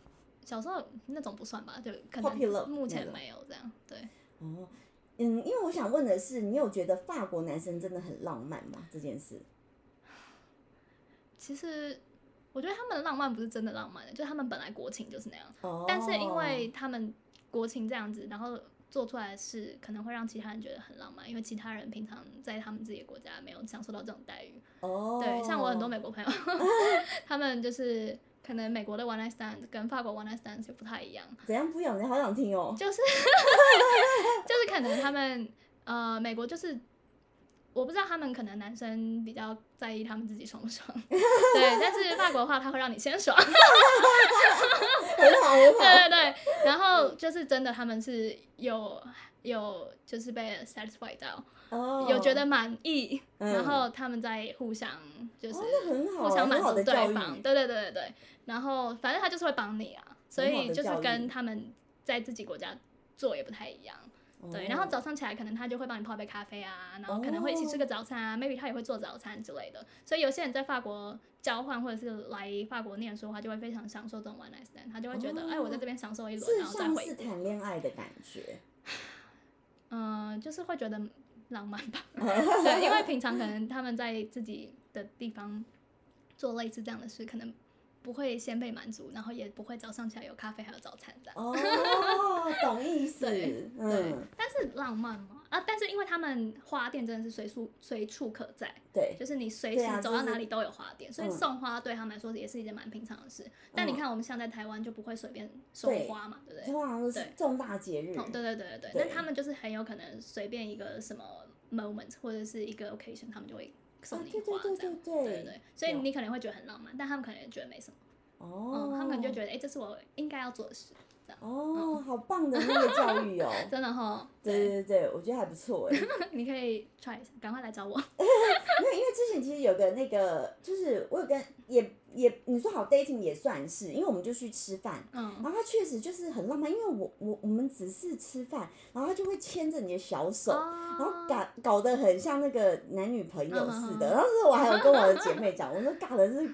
S2: 小时候那种不算吧，就可
S1: Puppy love
S2: 能目
S1: 那
S2: 前
S1: 种
S2: 没有这样。对，
S1: 哦，嗯，因为我想问的是，你有觉得法国男生真的很浪漫吗？这件事？
S2: 其实我觉得他们的浪漫不是真的浪漫的，就是他们本来国情就是那样，
S1: 哦，
S2: 但是因为他们国情这样子，然后。做出来的事可能会让其他人觉得很浪漫，因为其他人平常在他们自己的国家没有享受到这种待遇。
S1: 哦，
S2: 对，像我很多美国朋友， 他们就是可能美国的 one night stand 跟法国 one night stand 就不太一样，
S1: 怎样不一样？你好想听哦。
S2: 就是 就是可能他们呃，美国就是我不知道他们可能男生比较在意他们自己爽不爽， 对，但是法国的话他会让你先爽，
S1: 很好，很好。
S2: 对对对，然后就是真的他们是有有就是被 satisfied 到，
S1: 哦，
S2: 有觉得满意，
S1: 嗯
S2: 然后他们再互相就是
S1: 哦，那很好
S2: 互
S1: 啊，
S2: 相
S1: 很
S2: 满
S1: 好
S2: 足
S1: 的
S2: 对
S1: 教育。
S2: 方，对对对对对。然后反正他就是会帮你啊，所
S1: 很好的
S2: 以就是
S1: 教育
S2: 跟他们在自己国家做也不太一样。对，
S1: 哦
S2: 然后早上起来可能他就会帮你泡杯咖啡啊，然后可能会一起吃个早餐
S1: 哦
S2: 啊、m a y b e 他也会做早餐之类的。所以有些人在法国交换或者是来法国念书的话，就会非常享受这种 one night stand，他就会觉得，哎、我在这边享受一轮，
S1: 哦是
S2: 然后再
S1: 像是
S2: 回，
S1: 谈恋爱的感觉。
S2: 嗯、就是会觉得浪漫 吧。对，因为平常可能他们在自己的地方做类似这样的事，可能不会先被满足，然后也不会早上起来有咖啡还有早餐这样。
S1: 哦，懂意思。
S2: 对对
S1: 嗯，，
S2: 但是浪漫嘛啊！但是因为他们花店真的是随处随处可在，
S1: 对，
S2: 就是你随
S1: 对啊
S2: 时走到
S1: 就是
S2: 哪里都有花店，所以
S1: 嗯
S2: 送花对他们来说也是一件蛮平常的事。但你看，我们像在台湾就不会随便收
S1: 对
S2: 花嘛，对不对？
S1: 通常都是
S2: 对
S1: 重大节日。
S2: 哦，对对对对
S1: 对
S2: 对。那他们就是很有可能随便一个什么 moment 或者是一个 occasion，他们就会送
S1: 啊
S2: 你
S1: 对对
S2: 花
S1: 对
S2: 这样。
S1: 对对
S2: 对对。所以
S1: 有
S2: 你可能会觉得很浪漫，但他们可能也觉得没什么。
S1: 哦
S2: 嗯，，他们可能就觉得，嗯哎，这是我应该要做的事，这样。
S1: 哦，好棒的那个教育哦。
S2: 真的哈，
S1: 对对对，我觉得还不 错哎。
S2: 对， 你可以 try 一下，赶快来找我。
S1: 没有，因为之前其实有个那个，就是我有跟也也你说好 dating 也算是，因为我们就去吃饭，然
S2: 嗯，
S1: 后他确实就是很浪漫，因为我我我们只是吃饭，然后他就会牵着你的小手。然后
S2: 哦，
S1: 搞搞得很像那个男女朋友
S2: 嗯
S1: 似
S2: 嗯
S1: 的，
S2: 嗯
S1: 然后是我还有跟我的姐妹讲，我说尬的是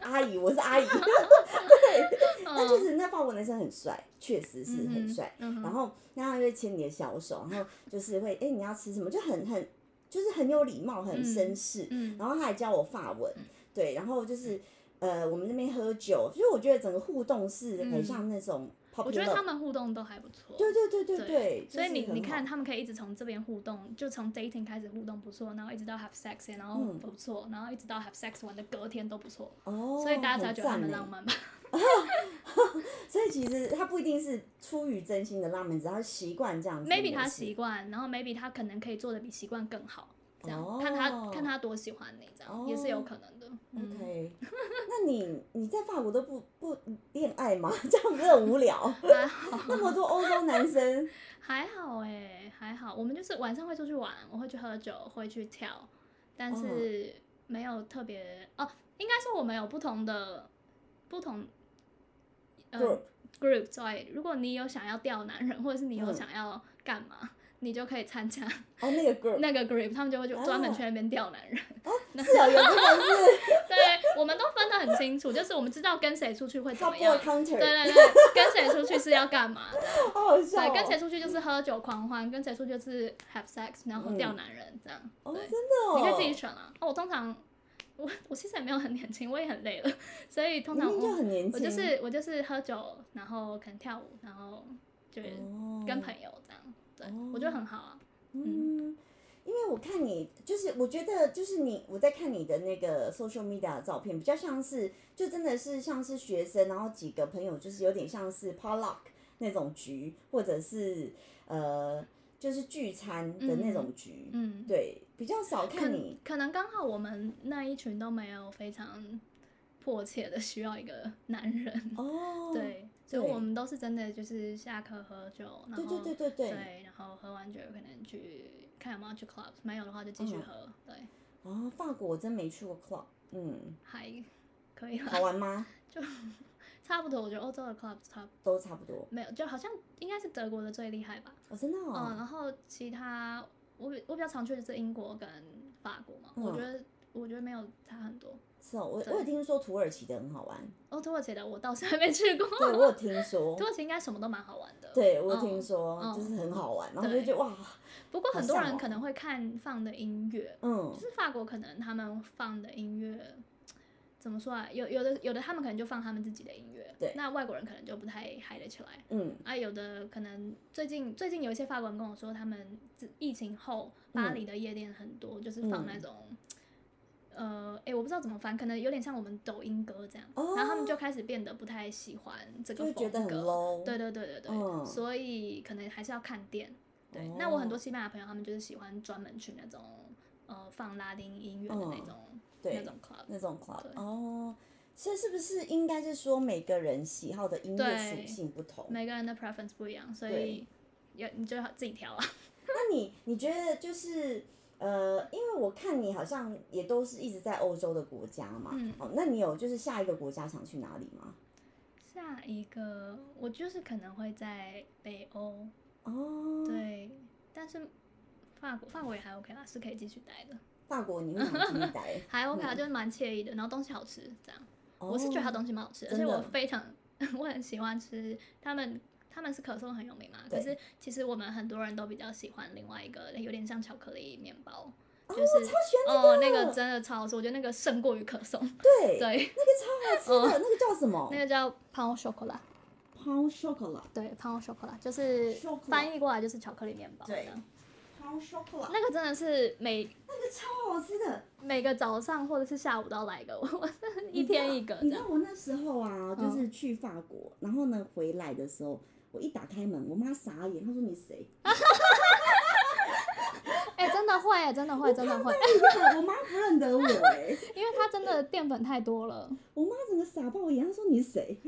S1: 阿姨，我是阿姨， 但确
S2: 嗯
S1: 实那法国男生很帅，确实是很帅，
S2: 嗯哼
S1: 然后那他就会牵你的小手，然后就是会哎、诶你要吃什么，就很很就是很有礼貌，很
S2: 嗯
S1: 绅士，
S2: 嗯
S1: 然后他还教我法文，对，然后就是呃，我们那边喝酒，所以我觉得整个互动是很像那种 p o p
S2: 嗯我
S1: u
S2: 觉
S1: l
S2: 得他们互动都还不错。
S1: 对对对对对，
S2: 所以你
S1: 就是很好
S2: 你看，，他们可以一直从这边互动，就从 dating 开始互动不错，然后一直到 have sex，然后
S1: 嗯
S2: 不错，然后一直到 have sex 完的隔天都不错，
S1: 哦，
S2: 所以大家才觉得他们
S1: 很赞
S2: 浪
S1: 欸。
S2: 漫吧？
S1: 所以其实他不一定是出于真心的浪漫，只要习惯这样子的模式。
S2: maybe 他习惯，然后 maybe 他可能可以做的比习惯更好，这样、
S1: 哦
S2: 看他看他多喜欢你，这样、也是有可能的。嗯，
S1: OK，那你你在法国都不不恋爱吗？ 这样不是很无聊？
S2: 还好
S1: 那么多欧洲男 生，
S2: 还好哎、还好，我们就是晚上会出去玩，我会去喝酒，会去跳，
S1: 哦
S2: 但是没有特别哦，应该说我们有不同的不同。呃
S1: Group
S2: group 对，如果你有想要钓男人，或者是你有
S1: 嗯
S2: 想要干嘛，你就可以参加
S1: 哦，那个 group
S2: 那个 group，他们就会就专门
S1: 啊
S2: 去那边钓男人。
S1: 是啊，有这个是
S2: 对，我们都分得很清楚，就是我们知道跟谁出去会 怎么
S1: couple
S2: 样。对
S1: counter，
S2: 对对，跟谁出去是要 干嘛的？
S1: 好好笑、哦。
S2: 对，跟谁出去就是喝酒狂欢，跟谁出去就是 have sex，然后钓男人这样。
S1: 嗯哦，
S2: 对
S1: 真的哦，
S2: 你可以自己选啊。哦，我通常我我其实也没有很年轻，我也很累了， 所以通
S1: 明
S2: 常
S1: 明就
S2: 我
S1: 很年轻，
S2: 我就是我就是喝酒，然后可能跳舞，然后就是
S1: 哦
S2: 跟朋友这样。对
S1: 哦，
S2: 我觉得很好啊。
S1: 嗯，因为我看你，就是我觉得，就是你，我在看你的那个 social media 的照片，比较像是，就真的是像是学生，然后几个朋友，就是有点像是 potluck 那种局，或者是呃，就是聚餐的那种局，
S2: 嗯，
S1: 对，比较少看你，
S2: 可能刚好我们那一群都没有非常迫切的需要一个男人。
S1: 哦，
S2: 对，所以
S1: 对
S2: 我们都是真的就是下课喝酒，然后
S1: 对对对对对
S2: 然后喝完酒可能去看有没有去 club，没有的话就继续
S1: 嗯
S2: 喝，对，
S1: 哦，法国我真没去过 club，嗯，
S2: 还可以
S1: 好
S2: 啦，
S1: 玩吗？
S2: 就 差不多。我觉得欧洲的 club 差不
S1: 都差不多。
S2: 没有，就好像应该是德国的最厉害吧，
S1: 哦，真的
S2: 嗯，
S1: 哦，
S2: 然后其他我比我比较常去的是英国跟法国嘛，
S1: 嗯
S2: 我觉得我觉得没有差很多。
S1: 是哦，我我有听说土耳其的很好玩，
S2: 哦，土耳其的我倒是还没去过，
S1: 对我有听说
S2: 土，耳其应该什么都蛮好玩的。
S1: 对我有
S2: 嗯
S1: 听说
S2: 嗯
S1: 就是很好玩，然后我就
S2: 对
S1: 觉得哇，
S2: 不过
S1: 好
S2: 很多
S1: 向
S2: 人
S1: 往
S2: 可能会看放的音乐，
S1: 嗯
S2: 就，是法国可能他们放的音乐。怎么说啊？有有的有的，他们可能就放他们自己的音乐，
S1: 对
S2: 那外国人可能就不太嗨得起来。
S1: 嗯，
S2: 啊，有的可能最近最近有一些法国人跟我说，他们自疫情后巴
S1: 嗯
S2: 黎的夜店很多，就是放那
S1: 嗯
S2: 种，呃，哎、我不知道怎么翻，可能有点像我们抖音歌这样，
S1: 哦
S2: 然后他们就开始变得不太喜欢这
S1: 就
S2: 个
S1: 会觉
S2: 风
S1: 得很
S2: 格。
S1: low，
S2: 对对对对对，
S1: 嗯哦
S2: 所以可能还是要看店。对，那我很多西班牙朋友，他们就是喜欢专门去那种呃放拉丁音乐的那
S1: 嗯
S2: 种、那
S1: 对
S2: 种 club。
S1: 那种 club
S2: 对
S1: 哦，所以是不是应该是说每个人喜好的音乐
S2: 对
S1: 属性不同？
S2: 每个人的 preference 不一样，所
S1: 对
S2: 以要你就要自己挑啊。
S1: 那你你觉得就是呃，因为我看你好像也都是一直在欧洲的国家嘛，
S2: 嗯
S1: 哦，那你有就是下一个国家想去哪里吗？
S2: 下一个，我就是可能会在北欧，
S1: 哦，，
S2: 对，但是法国法国也还 OK 啦，是可以继续待的，？
S1: 法国你会想去待
S2: 还 OK 啦，
S1: 嗯
S2: 就是蛮惬意的，然后东西好吃，这样， 我是觉得它
S1: 哦
S2: 东西蛮好吃的，而
S1: 真
S2: 且我
S1: 的
S2: 非常 我很喜欢吃他们。他们是可颂很有名嘛，可
S1: 对
S2: 是其实我们很多人都比较喜欢另外一个有点像巧克力面包，
S1: 哦
S2: 就是
S1: 我超喜欢
S2: 哦那个真的超好吃，我觉得那个胜过于可颂。
S1: 对，
S2: 对，嗯
S1: 那个超好吃的，那个叫什么
S2: 那个叫 pan chocolat，
S1: ？Pound chocolate，
S2: 对 pan chocolat 就是翻
S1: Chocolat
S2: 译过来就是巧克力面包。
S1: 对
S2: 这样
S1: Pound chocolate，
S2: 那个真的是每
S1: 那个超好吃哦的。
S2: 每个早上或者是下午都要来一个，我我真的一
S1: 你知道
S2: 天一个这
S1: 你知道
S2: 样。
S1: 我那时候啊，就
S2: 呃嗯
S1: 是去法国，然后呢回来的时候，我一打开门，我妈傻眼，她说你谁？
S2: 哎、真的会，真的会，真的会，
S1: 我妈不认得我哎、
S2: 因为它真的淀粉太多了，
S1: 我妈整个傻爆眼，她说你谁？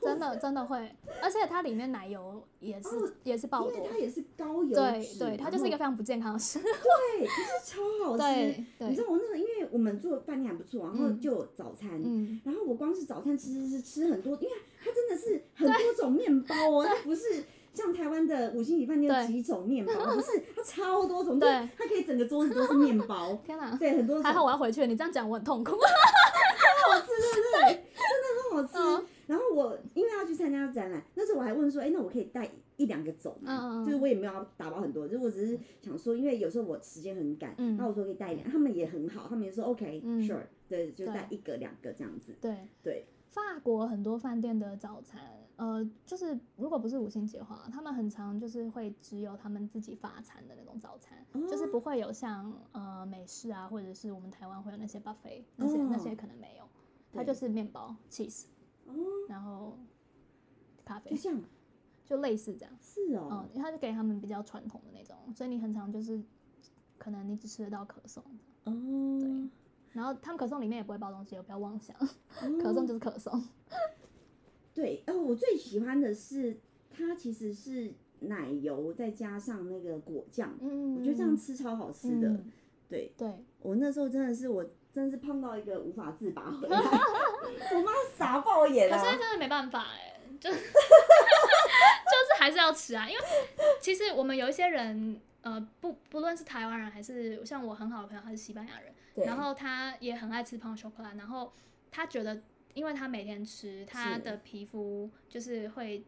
S2: 真的真的会，而且它里面奶油也是、
S1: 哦
S2: 也是爆
S1: 因为
S2: 多
S1: 她。也是高油
S2: 对
S1: 脂
S2: 对，它就是一个非
S1: 然后
S2: 常不健康的食物。
S1: 对，可是超好吃
S2: 对。对
S1: 你知道我那个，因为我们住的饭店还不错，然后
S2: 嗯
S1: 就有早餐。
S2: 嗯，
S1: 然后我光是早餐吃吃吃吃很多，因为它真的是很多种面包哦，它不是像台湾的五星级饭店有
S2: 对
S1: 几种面包， 不是它超多种，
S2: 对，
S1: 就是它可以整个桌子都是面包
S2: 天哪，
S1: 对，很多种，哦
S2: 还好我要回去了，你这样讲我很 痛苦。
S1: 好吃，对不对？真的很好
S2: 嗯
S1: 吃。然后我因为要去参加展览，那时候我还问说，哎，那我可以带一两个走
S2: 嗯嗯
S1: 吗？
S2: 嗯
S1: 就是我也没有要打包很多，就是我只是想说，因为有时候我时间很赶，
S2: 嗯
S1: 然后我说可以带一两，他们也很好，他们也说 OK
S2: 嗯
S1: sure，对，就
S2: 对
S1: 带一个两个这样子，
S2: 对，
S1: 对，
S2: 法国很多饭店的早餐，呃，就是如果不是五星级的话，他们很常就是会只有他们自己法餐的那种早餐，
S1: 哦
S2: 就是不会有像呃美式啊，或者是我们台湾会有那些 buffet 那些、
S1: 哦
S2: 那些可能没有，它
S1: 对
S2: 就是面包 cheese，
S1: 哦，
S2: 然后咖啡
S1: 就，这样，
S2: 就类似这样，
S1: 是
S2: 嗯、
S1: 哦，
S2: 它就给他们比较传统的那种，所以你很常就是可能你只吃得到可颂，
S1: 哦，
S2: 对然后他们可颂里面也不会包东西，不要妄想，
S1: 哦
S2: 可颂就是可颂，
S1: 对，哦，我最喜欢的是它其实是奶油再加上那个果酱，
S2: 嗯，
S1: 我觉得这样吃超好吃的。
S2: 嗯
S1: 对
S2: 对。
S1: 我那时候真的是我真的是胖到一个无法自拔回 来，我妈傻爆眼
S2: 可是
S1: 啊！
S2: 真的没办法哎、就是 就是还是要吃啊，因为其实我们有一些人，呃，不不论是台湾人还是像我很好的朋友，他是西班牙人，
S1: 对，
S2: 然后他也很爱吃 p a n chocolate，然后他觉得，因为他每天吃，他
S1: 是
S2: 的皮肤就是会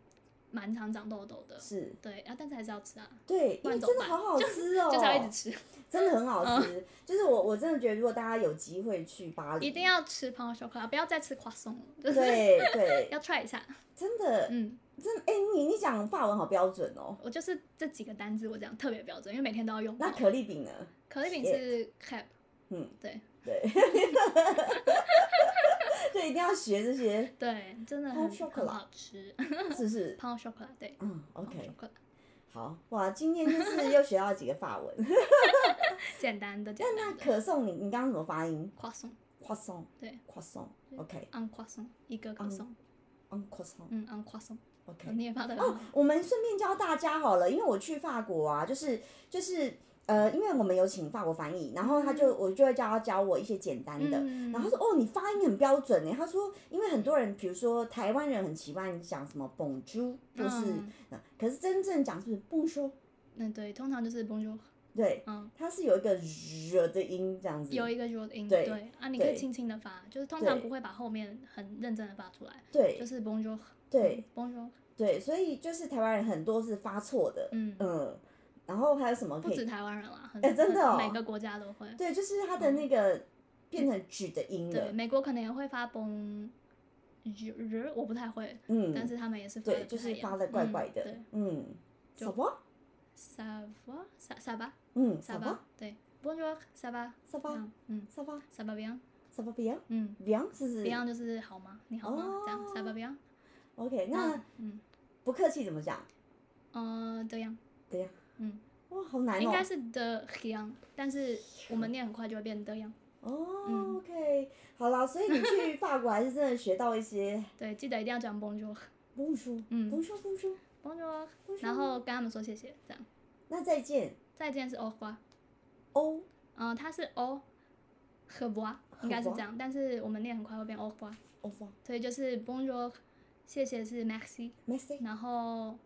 S2: 蛮常长痘痘的，
S1: 是
S2: 对啊，但是还是要吃啊，
S1: 对，
S2: 不
S1: 因为
S2: 然怎么
S1: 真的
S2: 办
S1: 好好吃哦，
S2: 就是要一直吃，嗯
S1: 真的很好吃。就是我我真的觉得，如果大家有机会去巴黎，
S2: 一定要吃 p a n chocolate，不要再吃夸松，就是
S1: 对对，
S2: 要 try 一下，
S1: 真的
S2: 嗯，
S1: 真哎，你你讲法文好标准哦。
S2: 我就是这几个单字我讲特别标准，因为每天都要用到
S1: 那。可丽饼呢？
S2: 可丽饼是 cap，
S1: 嗯，
S2: 对
S1: 对， 就一定要学这些，
S2: 对，真的
S1: Pound
S2: 很
S1: chocolate
S2: 很好吃。
S1: 是不是？
S2: Pound chocolate，对
S1: 嗯
S2: pound
S1: ，OK，
S2: chocolate，
S1: 好哇，今天就是又学到几个法 文。
S2: 简单的简
S1: 那那
S2: 单的。
S1: 可颂你你刚刚怎么发音？
S2: croissant，
S1: croissant，croissant，
S2: 对
S1: croissant，OK，
S2: ，un croissant，一个可
S1: Un-
S2: 颂，
S1: 嗯，croissant，
S2: 嗯，un croissant，
S1: OK，
S2: 你也发得了
S1: 哦
S2: 吗，
S1: 我们顺便教大家好了，因为我去法国啊，就是就是呃，因为我们有请法国翻译，然后他就、我就会叫他教我一些简单的。
S2: 嗯
S1: 然后他说：“哦，你发音很标准呢。”他说：“因为很多人，比如说台湾人很习惯讲什么 “bonjour” 或是、
S2: 嗯
S1: 呃可是真正讲是 “bonjour”，
S2: 那对，通常就是 bonjour，
S1: 对，
S2: 嗯，
S1: 它是有一个 “r” 的音这样子。
S2: 有一个 r 音，
S1: 对
S2: 对啊，你可
S1: 对
S2: 以轻轻的发，就是通常
S1: 对
S2: 不会把后面很认真的发出来，
S1: 对
S2: 就是 bonjour，
S1: 对
S2: 嗯，bonjour，
S1: 对，所以就是台湾人很多是发错的。
S2: 嗯，
S1: 嗯，然后还有什么可
S2: 不
S1: 以
S2: 止台湾人啦，很
S1: 哎真的哦
S2: 很每个国家都会，
S1: 对，就是它的那个变成 “g” 的音
S2: 嗯对，
S1: 了。
S2: 美国可能也会发 bon，r 我不太会，
S1: 嗯，
S2: 但是他们也是发
S1: 对，
S2: 的
S1: 就是发的怪怪的。嗯，什
S2: 就
S1: 么？
S2: 沙巴沙沙巴
S1: 嗯，
S2: 沙
S1: 什
S2: 巴
S1: 么？
S2: 对，bonjour 沙巴
S1: 沙巴
S2: 嗯嗯
S1: 什么？
S2: 沙巴 bien
S1: 什么 beyond
S2: 嗯
S1: beyond 是不哦是
S2: bien 就是好吗？你好吗？这样沙巴 bien
S1: ？OK，那
S2: 嗯
S1: 不客气怎么讲？
S2: 呃这样
S1: 等一下，
S2: 嗯
S1: 哇，好难
S2: 应该
S1: 哦。
S2: 是的 bien，但是我们念很快就会变这样。
S1: 哦
S2: 嗯
S1: ，OK，好啦，所以你 去法国还是真的学到一些
S2: 对，记得一定要讲 bonjour
S1: 不说，
S2: 嗯
S1: 不说，不说，
S2: bonjour，然后跟他们说谢谢这样。
S1: 那再见
S2: 再见是 au revoir，
S1: 哦，
S2: 嗯、它是 au revoir，应该是这样，但是我们念很快会变 au revoir，
S1: au revoir，
S2: 所以就是 bonjour，谢谢是 merci。
S1: merci，
S2: 然后，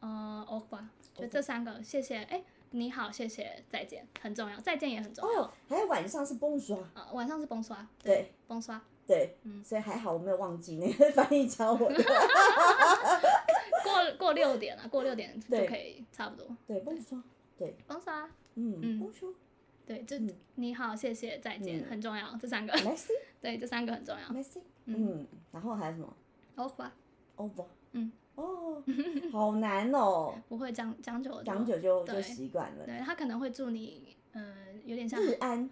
S2: 呃，欧巴，
S1: 哦
S2: 就这三个，谢谢，哎，你好，谢谢，再见，很重要，再见也很重要。
S1: 哦，还有晚上是 b o n j o
S2: 呃，晚上是崩刷，
S1: 对
S2: 崩刷，
S1: 啊对，
S2: 嗯
S1: 所以还好我没有忘记那个翻译教我的，
S2: 过过六点了，过六点
S1: 对
S2: 就可以差不多。
S1: 对 b o n j o 对，
S2: 崩刷，
S1: 嗯
S2: 嗯
S1: b o n j o
S2: 对，就
S1: 嗯
S2: 你好，谢谢，再见，
S1: 嗯
S2: 很重要，这三个，
S1: m e r c y
S2: 对，这三个很重要。
S1: m e r c y
S2: 嗯哦
S1: 嗯，然后还有什么
S2: 欧巴，
S1: au revoir，
S2: 嗯，
S1: 哦，好难 哦。
S2: 不会讲讲久了，
S1: 讲久就就
S2: 对
S1: 习惯了。
S2: 对他可能会祝你，呃，有点像，
S1: 日安，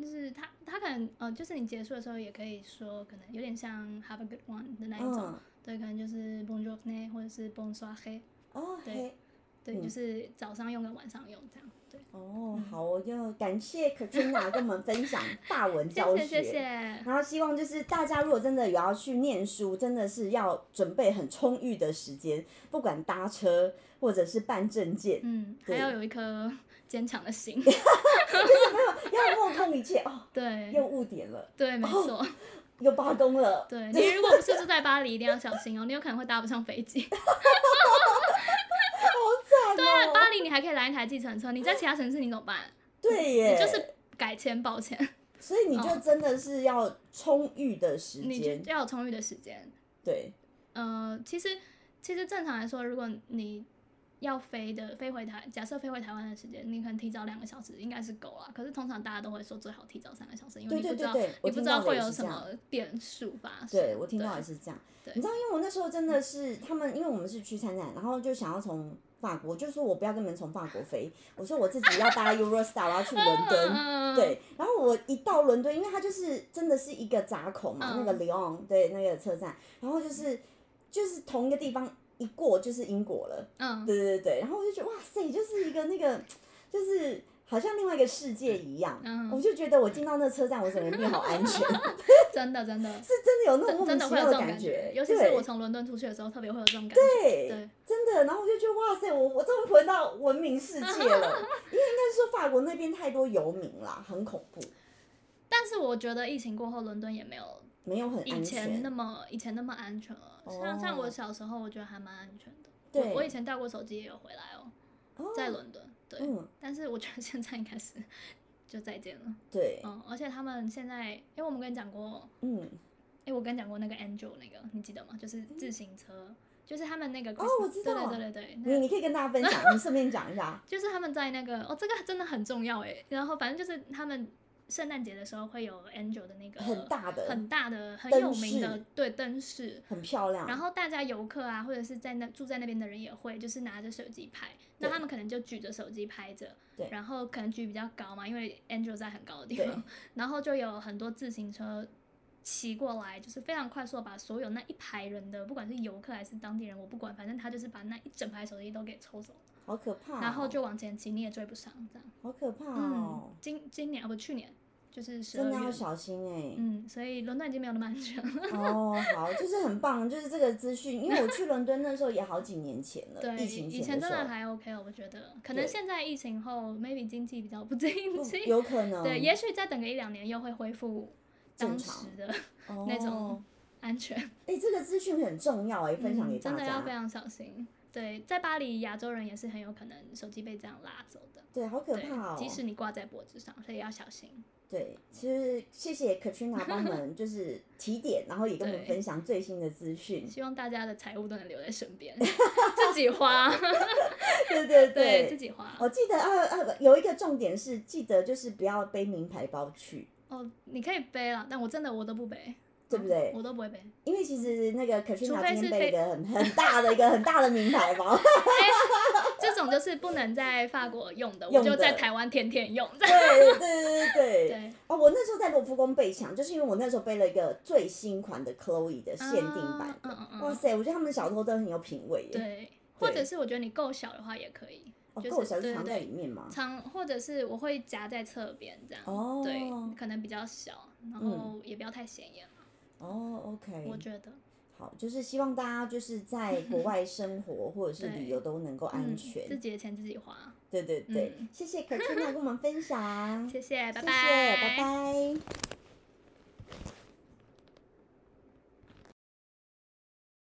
S2: 就是他他可能，呃，就是你结束的时候也可以说，可能有点像 have a good one 的那一种。
S1: 嗯，
S2: 对，可能就是 bonjour 或者是 bonsoir 黑，
S1: 哦
S2: 对
S1: 嘿，
S2: 对，
S1: 嗯
S2: 就是早上用跟晚上用这样。对，嗯
S1: 哦好，我就感谢 Katrina 跟我们分 享法文教学。
S2: 谢谢谢谢，
S1: 然后希望就是大家如果真的有要去念书，真的是要准备很充裕的时间，不管搭车或者是办证件，
S2: 嗯，还
S1: 对
S2: 要有一颗 坚强的心。
S1: 要莫控一切哦。
S2: 对
S1: 又误点了，
S2: 对，没错，
S1: 又罢工了。
S2: 对你如果不是住在巴黎，一定要小心哦，你有可能会搭不上飞机。
S1: 对
S2: 对，巴黎你还可以拦一台计程车，你在其他城市你怎么办？
S1: 对
S2: 你
S1: 耶，
S2: 就是改签抱歉，
S1: 所以你就真的是要充裕的时
S2: 你
S1: 间
S2: 就，要有充裕的时间。
S1: 对，
S2: 呃，其实其实正常来说，如果你要飞的飞回台，假设飞回台湾的时间，你可能提早两个小时应该是够了。可是通常大家都会说最好提早三个小时，因为
S1: 对
S2: 你不
S1: 对
S2: 知
S1: 对
S2: 道
S1: 对，我
S2: 你不
S1: 听
S2: 知
S1: 到
S2: 道
S1: 的
S2: 会
S1: 也
S2: 有
S1: 是
S2: 什
S1: 这样。
S2: 么变数发生。
S1: 对我听到也
S2: 对
S1: 是这样。
S2: 对
S1: 你知道，因为我那时候真的是他们，因为我们是去参展，然后就想要从法国，就说我不要跟你们从法国飞，我说我自己要搭 Eurostar，我要去伦敦。
S2: 嗯，
S1: 对，然后我一到伦敦，因为它就是真的是一个闸口嘛，那
S2: 嗯
S1: 个 Lyon 对那个车站，然后就是就是同一个地方一过就是英国了，
S2: 嗯，
S1: 对对对，然后我就觉得哇塞，就是一个那个就是好像另外一个世界一样，
S2: 嗯
S1: 我就觉得我进到那车站，我整个人变好安全，
S2: 真的 真的
S1: 是真的有那种莫
S2: 真
S1: 名
S2: 真的
S1: 其
S2: 会
S1: 妙
S2: 有这
S1: 的
S2: 种
S1: 感
S2: 感
S1: 觉，
S2: 尤其是
S1: 对
S2: 我从伦敦出去的时候，特别会有这种感觉。
S1: 对
S2: 对，
S1: 真的，然后我就觉得哇塞，我我终于回到文明世界 了，因为应该是说法国那边太多游民啦，很恐怖，
S2: 但是我觉得疫情过后，伦敦也没有
S1: 没有很
S2: 以
S1: 安
S2: 前那
S1: 全。哦
S2: 么以前那么安全了。像像我小时候，我觉得还蛮安全的。
S1: 对
S2: 我我以前掉过手机也有回来哦，
S1: 哦
S2: 在伦敦。对，
S1: 嗯，
S2: 但是我觉得现在应该是 就再见了。
S1: 对，
S2: 嗯，而且他们现在，因为我们跟你讲过，
S1: 嗯，
S2: 哎，我跟你讲过那个 Angel 那个，你记得吗？就是自行车，就是他们那个 Christmas,
S1: 哦我知道
S2: 对对对对
S1: 你
S2: 对，那
S1: 你可以跟大家分享，你顺便讲一下。
S2: 就是他们在那个哦，这个真的很重要哎。然后反正就是他们圣诞节的时候会有 Angel 的那个
S1: 很大的
S2: 很大的很
S1: 灯
S2: 有名的
S1: 饰
S2: 对灯饰，
S1: 很漂亮，
S2: 然后大家游客啊，或者是在那住在那边的人也会，就是拿着手机拍。那
S1: 对
S2: 他们可能就举着手机拍着
S1: 对，
S2: 然后可能举比较高嘛，因为 Angel 在很高的地方
S1: 对，
S2: 然后就有很多自行车骑过来，就是非常快速地把所有那一排人的，不管是游客还是当地人，我不管，反正他就是把那一整排手机都给抽走，
S1: 好可怕哦、
S2: 然后就往前骑，你也追不上这样。
S1: 好可怕
S2: 嗯
S1: 哦，，
S2: 今今年啊不去年。就是十
S1: 真的
S2: 二
S1: 要
S2: 月。
S1: 小心哎、
S2: 嗯，所以伦敦已经没有那么安全了。
S1: 哦，好，就是很棒，就是这个资讯，因为我去伦敦那时候也好几年前了，
S2: 对，
S1: 疫情
S2: 以
S1: 前的
S2: 前真
S1: 时
S2: 的
S1: 候，
S2: 还 OK，我觉得可
S1: 对
S2: 能现在疫情后，maybe 经济比较不景
S1: 不
S2: 气，
S1: 有可能
S2: 对，也许再等个一两年又会恢复
S1: 正
S2: 当
S1: 常
S2: 时的
S1: 那
S2: 那种安全。
S1: 哎、这个资讯很重要哎、分享
S2: 嗯
S1: 给大
S2: 真的要非
S1: 家。
S2: 常小心。对，在巴黎，亚洲人也是很有可能手机被这样拉走的。
S1: 对，好可
S2: 对
S1: 怕哦，！嗯
S2: 即使你挂在脖子上，所以要小心。
S1: 对，其实谢谢 Katrina 帮我 们就是提点，然后也跟我们
S2: 对
S1: 分享最新的资 讯。
S2: 希望大家的财物都能留在身 边，自己花，
S1: 对对
S2: 对自己花。
S1: 我记得啊啊，有一个重点是记得就是不要背名牌包去，
S2: 哦，你可以背了，但我真的我都不背，
S1: 对不对？
S2: 啊我都不会背。
S1: 因为其实那个 Katrina
S2: 非
S1: 今天
S2: 是
S1: 背
S2: 非
S1: 一个很很大的一个很大的名牌包，
S2: 这种就是不能在法国用的，
S1: 用
S2: 我就在
S1: 的
S2: 台湾天天用。
S1: 对对对对对。
S2: 对，
S1: 哦，我那时候在罗浮宫被抢，就是因为我那时候背了一个最新款的 Chloe 的限定版
S2: 啊。嗯嗯嗯，
S1: 哇塞，我觉得他们小偷都很有品味耶。
S2: 对，或者是我觉得你够小的话也可以，
S1: 哦，
S2: 就是
S1: 够小就
S2: 对
S1: 藏在
S2: 对
S1: 里面嘛。
S2: 长或者是我会夹在侧边这样，
S1: 哦嗯
S2: 对，可能比较小，然后也不要太显眼嘛，
S1: 哦，OK。
S2: 我觉得
S1: 好，就是希望大家就是在 国外生活或者是旅游都能够安全。
S2: 嗯，自己的钱自己花，
S1: 对对对，
S2: 嗯
S1: 谢谢 Katrina 跟我们分享，
S2: 谢
S1: 谢
S2: 谢，拜
S1: 谢，拜拜。